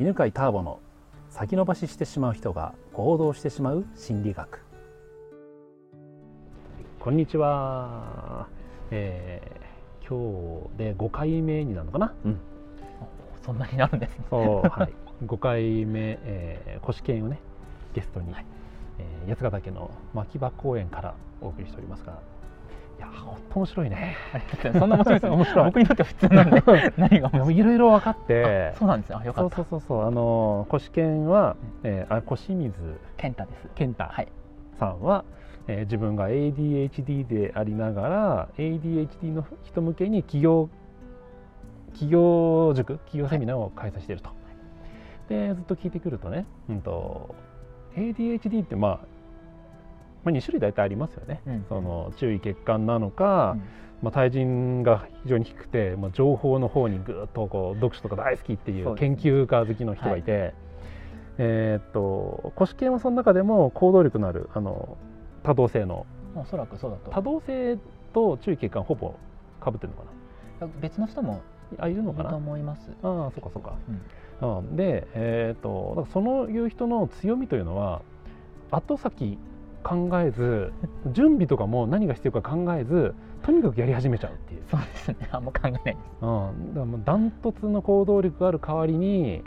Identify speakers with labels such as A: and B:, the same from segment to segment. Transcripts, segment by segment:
A: 犬飼ターボの先延ばししてしまう人が行動してしまう心理学こんにちは、えー今日で5回目になるのかな、
B: そんなになるんですね。
A: そう、はい、5回目、えー、腰犬をねゲストに、えー八ヶ岳の牧場公園からお送りしておりますがいやーほんと面白い ね
B: ありがとうございますそんな面白いですね。
A: 面白い
B: 僕にとっては普通なんで、 何
A: で
B: が面白
A: も
B: い。
A: いろいろ分かって
B: あそうなんですね。あ、よか
A: そ
B: っ
A: う
B: た。
A: そうそうそうあの腰犬は、えー、あ腰水
B: 健太です。
A: 健太
B: はい。
A: さんは、えー自分が ADHD でありながら ADHD の人向けに企業企業塾企業セミナーを開催していると。でずっと聞いてくるとね、うん、と ADHD って、まあ、まあ2種類大体ありますよね。
B: うん
A: その注意欠陥なのか、
B: うん
A: まあ、対人が非常に低くて、まあ、情報の方にぐーっとこう読書とか大好きってい
B: そううです
A: 研
B: ね
A: 究家好きの人がいて、えーっと古犬はその中でも行動力のあるあの多動性の
B: おそらくそうだと
A: 多。動性と注意欠陥ほぼかぶってるのか
B: 別の人も
A: なあいる
B: い
A: の
B: る
A: か
B: と
A: な
B: 思います。
A: ああそうかそうか、
B: うん
A: うん、で、えーっとだからそのいう人の強みというのは後先考え ず準備とかも何が必要か考えずとにかくやり始めちゃうっていう
B: そうですね。あんま考えないです。
A: うん、だからもうダントツの行動力がある代わりに、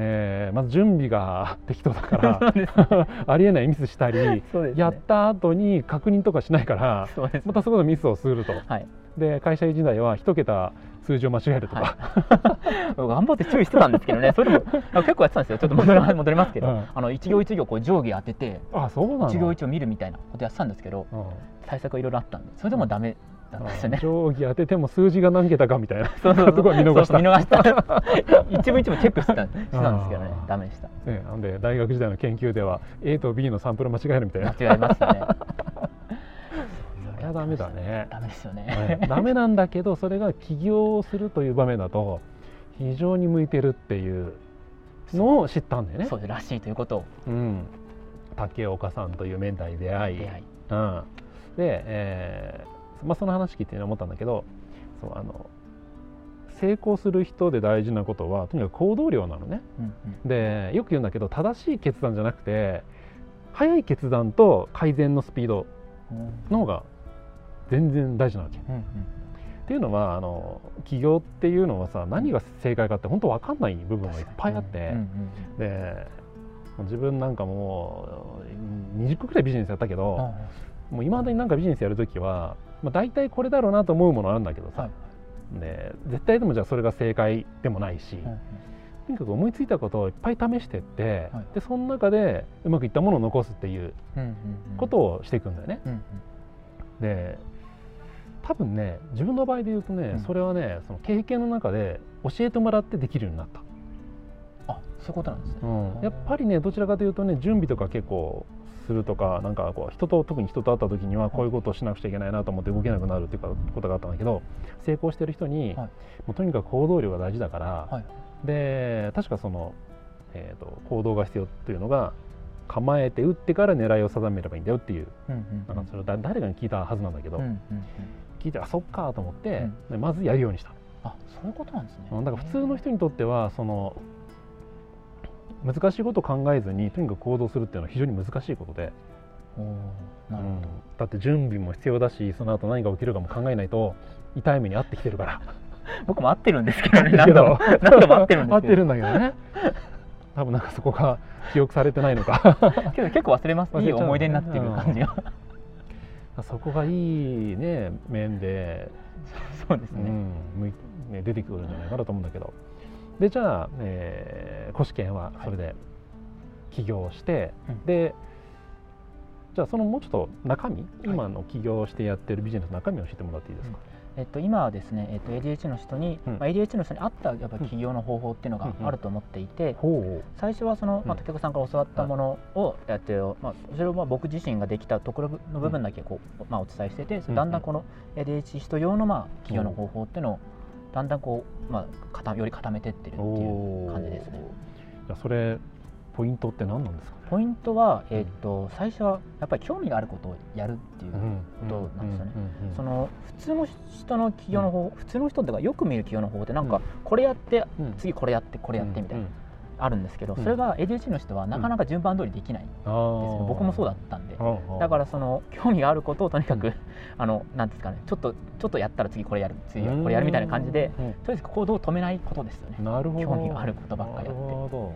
A: えーまず準備が 適当だか
B: そうです
A: ら ありえないミスしたり、
B: そうですね
A: やった後に確認とかしないから
B: そうです。
A: またそこでミスをすると
B: はい。
A: で会社員時代は一桁数字を間違えるとか、
B: はい、頑張って注意してたんですけどね。それもあ結構やってたんですよ。ちょっと戻ります戻りますけど、
A: うん
B: あの一行一行こう定規当てて、
A: あそうなの
B: 一行一行見るみたいなことやってたんですけど、
A: うん
B: 対策はいろいろあったんで、それでもダメだったんですよね。
A: 定規当てても数字が何桁かみたいな
B: そうそうそう
A: とこは見逃した
B: そう見逃した一部一部チェックしてたしてたんですけどね
A: あー
B: ダメでした
A: ね、なので大学時代の研究では A と B のサンプル間違えるみたいな
B: 間違えましたね
A: そりゃダメだね
B: ダメですよ
A: ね
B: ね
A: ダメなんだけどそれが起業をするという場面だと非常に向いてるっていうのを知ったんだよね。
B: そうらしいということを
A: うん、竹岡さんという面談に出会い
B: 出会い
A: うん、で、えーまあ、その話聞いて思ったんだけどそうあの成功する人で大事なことはとにかく行動量なのね。
B: うん
A: でよく言うんだけど正しい決断じゃなくて早い決断と改善のスピード
B: うん
A: の方が全然大事なわけ。
B: うんうん
A: っていうのはあの起業っていうのはさ何が正解かって本当わかんない部分がいっぱいあって、
B: うんうん
A: で自分なんかもう20個くらいビジネスやったけ
B: うん
A: ど、もういまだになんかビジネスやるときは、まあ、大体これだろうなと思うものあるんだけどさ、
B: はい
A: で絶対でもじゃあそれが正解でもないし、
B: うんうん
A: とにかく思いついたことをいっぱい試してって、
B: はい
A: でその中でうまくいったものを残すっていう
B: うんうんうん
A: ことをしていくんだよね。
B: うんうん
A: で多分ね自分の場合で言うとね、
B: うん
A: それはねその経験の中で教えてもらってできるようになった、
B: あそういうことなんですね
A: うんやっぱりねどちらかというとね準備とか結構するとかなんかこう人と特に人と会った時にはこういうことをしなくちゃいけないなと思って動けなくなるっていうかことがあったんだけど成功してる人に、
B: はい
A: もうとにかく行動量が大事だから、
B: はい
A: で確かその、えー、と行動が必要というのが構えて打ってから狙いを定めればいいんだよっていう
B: うんうん
A: なんかそれをだ誰かに聞いたはずなんだけど、
B: うんうんうん
A: 聞いてあそっかと思って、
B: うん
A: でまずやるようにした、
B: あそういうことなんですね
A: うんだから普通の人にとってはその難しいことを考えずにとにかく行動するっていうのは非常に難しいことで、
B: おーなる
A: うんだって準備も必要だしその後何が起きるかも考えないと痛い目に遭ってきてる から
B: 僕も合ってるんですけどね何
A: け
B: 度
A: ど
B: も何度も合ってるんですけど
A: 合ってるんだけどね多分なんかそこが記憶されてないの か
B: けど結構忘れます
A: 忘れちゃう
B: いい思い出になってる感じが
A: そこがいいね面で
B: そうですね
A: うん向いね、出てくるんじゃないかなと思うんだけどでじゃあ、えー、古試験はそれで起業して、
B: うん
A: でじゃあそのもうちょっと中身、今の起業してやってるビジネスの中身を教えてもらっていいですか、
B: えっと、今はですね、えっと、ADH の人に、
A: うん
B: まあ、ADH の人に合ったやっぱ起業の方法っていうのがあると思っていて、
A: ほ
B: 最初はその、ま
A: うん
B: あ、竹子さんから教わったものをやって、まあ、それをまあ僕自身ができたところの部分だけこう、まあ、お伝えしてて
A: うん
B: だんだんこの ADH 人用のまあ起業の方法っていうのをだんだんこう、まあ、固より固めてってるっ
A: う
B: ていう感じですね。
A: じゃあそれポイントって何なんですかね。
B: ポイントは、えっと最初はやっぱり興味があることをやるっていう、
A: うん
B: なんですよね。
A: うんうん
B: その普通の人の企業の方、普通の人っていうかよく見る企業の方ってなんかこれやって、
A: うん
B: 次これやってこれやってみたいな、
A: うんうん
B: あるんですけど、
A: うん
B: それが ADHD の人はなかなか順番通りできないんです
A: あ
B: よ、
A: ー
B: 僕もそうだったんで。
A: ああ
B: だからその興味があることをとにかく、
A: うん
B: あのなんですかねちょっとちょっとやったら次これやる次これやるみたいな感じ
A: う
B: で、
A: ん
B: とりあえず行動を止めないことですよね
A: なるほど
B: 興味があることばっかりやって
A: なるほど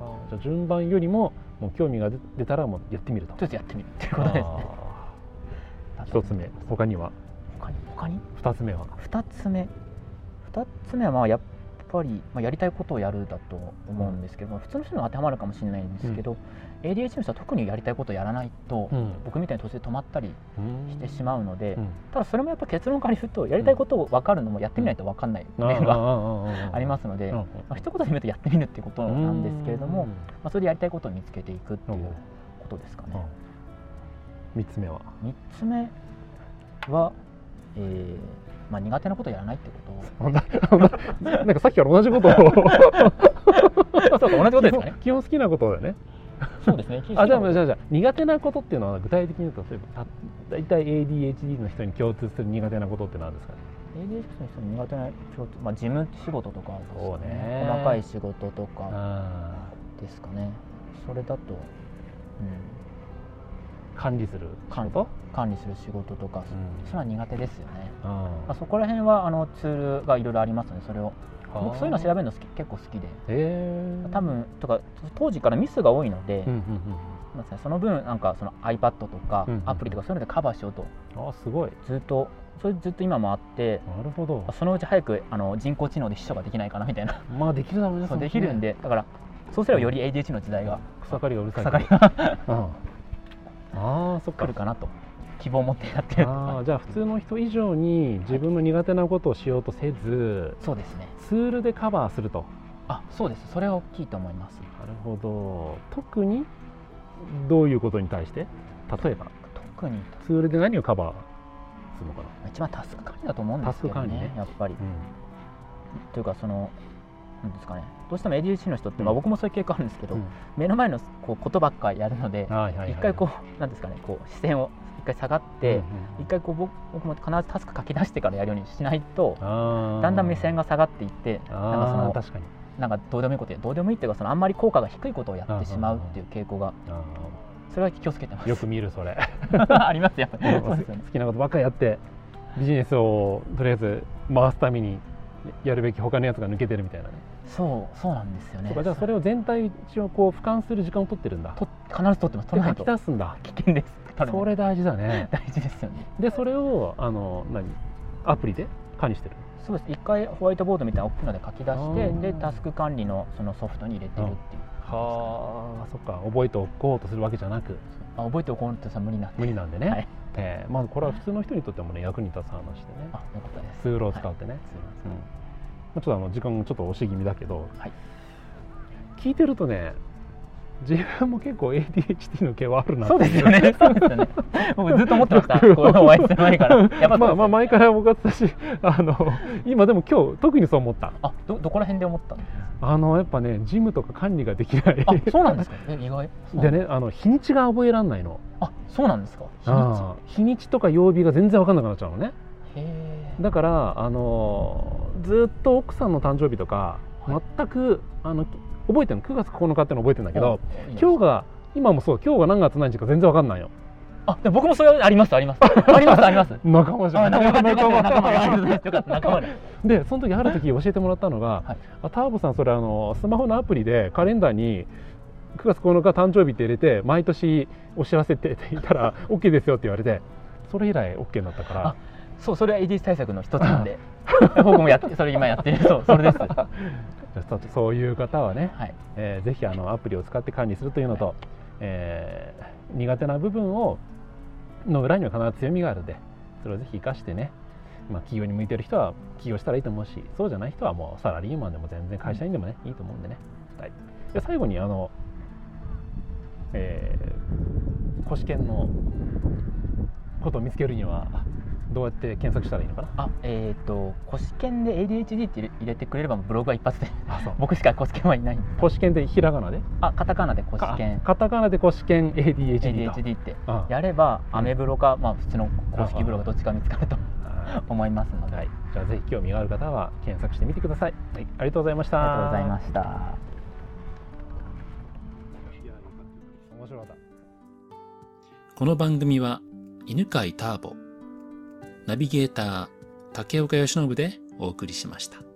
A: あーじゃあ順番よりももう興味が出出たらもうやってみると
B: とりあえずやってみるっていうことですね
A: あー一つ目他には
B: 他に他に
A: 二つ目は
B: 2つ目2つ目はまあやっぱり、まあ、やりたいことをやるだと思うんですけど、まあ普通の人にも当てはまるかもしれないんですけど、ADHD の人は特にやりたいことをやらないと、僕みたいに途中で止まったりしてしまうので、
A: うん
B: ただそれもやっぱ結論から言うとやりたいことを分かるのもやってみないと分かんない
A: あー
B: 面が
A: あ
B: ありますすので、
A: うん
B: まあ一言で言うとやってみるっていうことなんですけれども、
A: うん
B: まあ、それでやりたいことを見つけていくってい
A: うん
B: うことですかね。
A: うん三つ目は
B: 3つ目は、えーまあ、苦手なことをやらないってこと
A: なんだなんかさっきから同じ ことを
B: そうか同じことですかね。
A: 基本好きなことだよね
B: そうです ね。
A: あじゃあじゃあじゃあ苦手なことっていうのは具体的に言うと例えばた大体 ADHD の人に共通する苦手なことって何ですかね
B: ADHD の人に苦手な仕事、まあ事務仕事とかですか
A: そうね
B: 細かい仕事とか
A: あ
B: ですかね。それだと、うん、
A: ー管理する仕
B: 管
A: 事、
B: 管理する仕事とか、
A: うん
B: それは苦手ですよね。
A: あ
B: まあそこら辺はあのツールがいろいろありますので、それを僕そういうの調べるの好き結構好きで。
A: えー、
B: 多分とか当時からミスが多いので、
A: うんうん
B: まあその分なんかその iPad とか
A: うん
B: アプリとかそういうのでカバーしようと
A: うんあすごい
B: ずっとそれずっと今もあって
A: なるほど
B: そのうち早くあの人工知能で秘書ができないかなみたいな
A: まあできるだろうね
B: そう
A: の
B: できるんで、だからそうすればより ADHD の時代が
A: 草刈りがうるさい
B: 草刈りが
A: うんああそっ
B: 来
A: か
B: るかなと希望を持ってやってる
A: あーじゃあ普通の人以上に自分の苦手なことをしようとせず
B: そうですね
A: ツールでカバーすると
B: あそうですそれは大きいと思います
A: なるほど特にどういうことに対して例えば
B: 特に
A: ツールで何をカバーするのかな、
B: 一番タスク管理だと思うんですけど
A: タスク管
B: ね
A: 理ね
B: やっぱり
A: う
B: というかそのなんですかねどうしても ADHD の人って、まあ、
A: うん
B: 僕もそういう傾向あるんですけど、
A: うん
B: 目の前のこうことばっかりやるの
A: ん
B: で
A: はいはいはい
B: 一回こうなんですかねこう視線を一回下がっ
A: う
B: て
A: んうん
B: 一回こう僕僕も必ずタスク書き出してからやるようにしないと
A: あー
B: だんだん目線が下がっていってなんかそ
A: あ
B: の
A: ー確かに
B: なんかどうでもいいことやどうでもいいっていうかそのあんまり効果が低いことをやってしまうっていう傾向が
A: あ
B: それは気をつけてま
A: ー
B: す
A: よく見るそれ
B: ありますやっぱ り
A: うん
B: そうですよね
A: 好きなことばっかりやってビジネスをとりあえず回すためにやるべき他のやつが抜けてるみたいなね
B: そうそうなんですよね
A: そうかじゃあそれを全体一応こう俯瞰する時間を取ってるんだ
B: と必ず取ってます取らな
A: 書き
B: いと
A: 出すんだ
B: 危険です取
A: そ
B: らない
A: れ大事だね
B: 大事ですよね
A: でそれをあの何アプリで管理してる
B: そうです一回ホワイトボードみたいな大きいので書き出
A: あ
B: し
A: ー
B: てでタスク管理のそのソフトに入れてるっていう、
A: はあそっか覚えておこうとするわけじゃなく
B: まあ、覚えておこうとさ無理なんで
A: 無理なんでね、
B: はい
A: えーまあ、これは普通の人にとってもね役に立つ話でね
B: あよかったです
A: ツールを使ってね、うんまあ、ちょっとあの時間がちょっと押し気味だけど、
B: はい
A: 聞いてるとね自分も結構 ADHD の毛はあるなって
B: そうです よねそうですよね僕ずっと思ってました
A: よく
B: これお会いする前からやっぱそうですよね
A: まあまあ前から僕は私あの今でも今日特にそう思った
B: あどどこら辺で思ったんですか
A: あのやっぱねジムとか管理ができない
B: あそうなんですかえ意外そう
A: でねあの日にちが覚えられないの
B: あそうなんですか日
A: あー日にちとか曜日が全然分かんなくなっちゃうのね
B: へえ
A: だからあのーずっと奥さんの誕生日とか
B: はい
A: 全くあの覚えてるの9月9日っての覚えてるんだけど
B: 今
A: 今
B: 日
A: 日が今もそう今日が何月何日か全然わかんないよ
B: あでも僕もそれありますありますありますあ ります
A: 仲間じゃ
B: あ
A: ん
B: 仲間仲間仲間仲間よかった仲間で
A: でその時ある時教えてもらったのが、
B: はい
A: あターボさんそれあのスマホのアプリでカレンダーに9月9日誕生日って入れて毎年お知らせって言ったら OK ですよって言われてそれ以来 OK になったから
B: あそうそれは ADS 対策の一つなんで 僕もやってそれ今やってるそうそれですは
A: じゃあちょっとそういう方はね、
B: い
A: えーぜひあのアプリを使って管理するというのと、
B: は
A: えー苦手な部分をの裏には必ず強みがあるのでそれをぜひ生かしてね、まあ、企業に向いてる人は起業したらいいと思うしそうじゃない人はもうサラリーマンでも全然会社員でもね、いいと思うんでね、はい、で最後にあの、えー、保試験のことを見つけるにはどうやって検索したらいいのかな
B: あえっ、と「コシケン」で ADHD って入れ入れてく れればブログは一発で
A: あそう
B: 僕しかコシケンはいないんで
A: コシケンでひらがなで
B: あカタカナで「コシ
A: か
B: ケン
A: カタカナでコシケン ADHD と
B: ADHD」って
A: あ
B: やればアメブロか、まあ、普通の公式ブログどっちか見つかると
A: あ
B: 思いますので、
A: はいじゃあぜひ興味がある方は検索してみてください、はい、ありがとうございました
B: ありがとうございました。
A: 面白かった
C: この番組は犬飼ターボ、ナビゲーター竹岡由伸でお送りしました。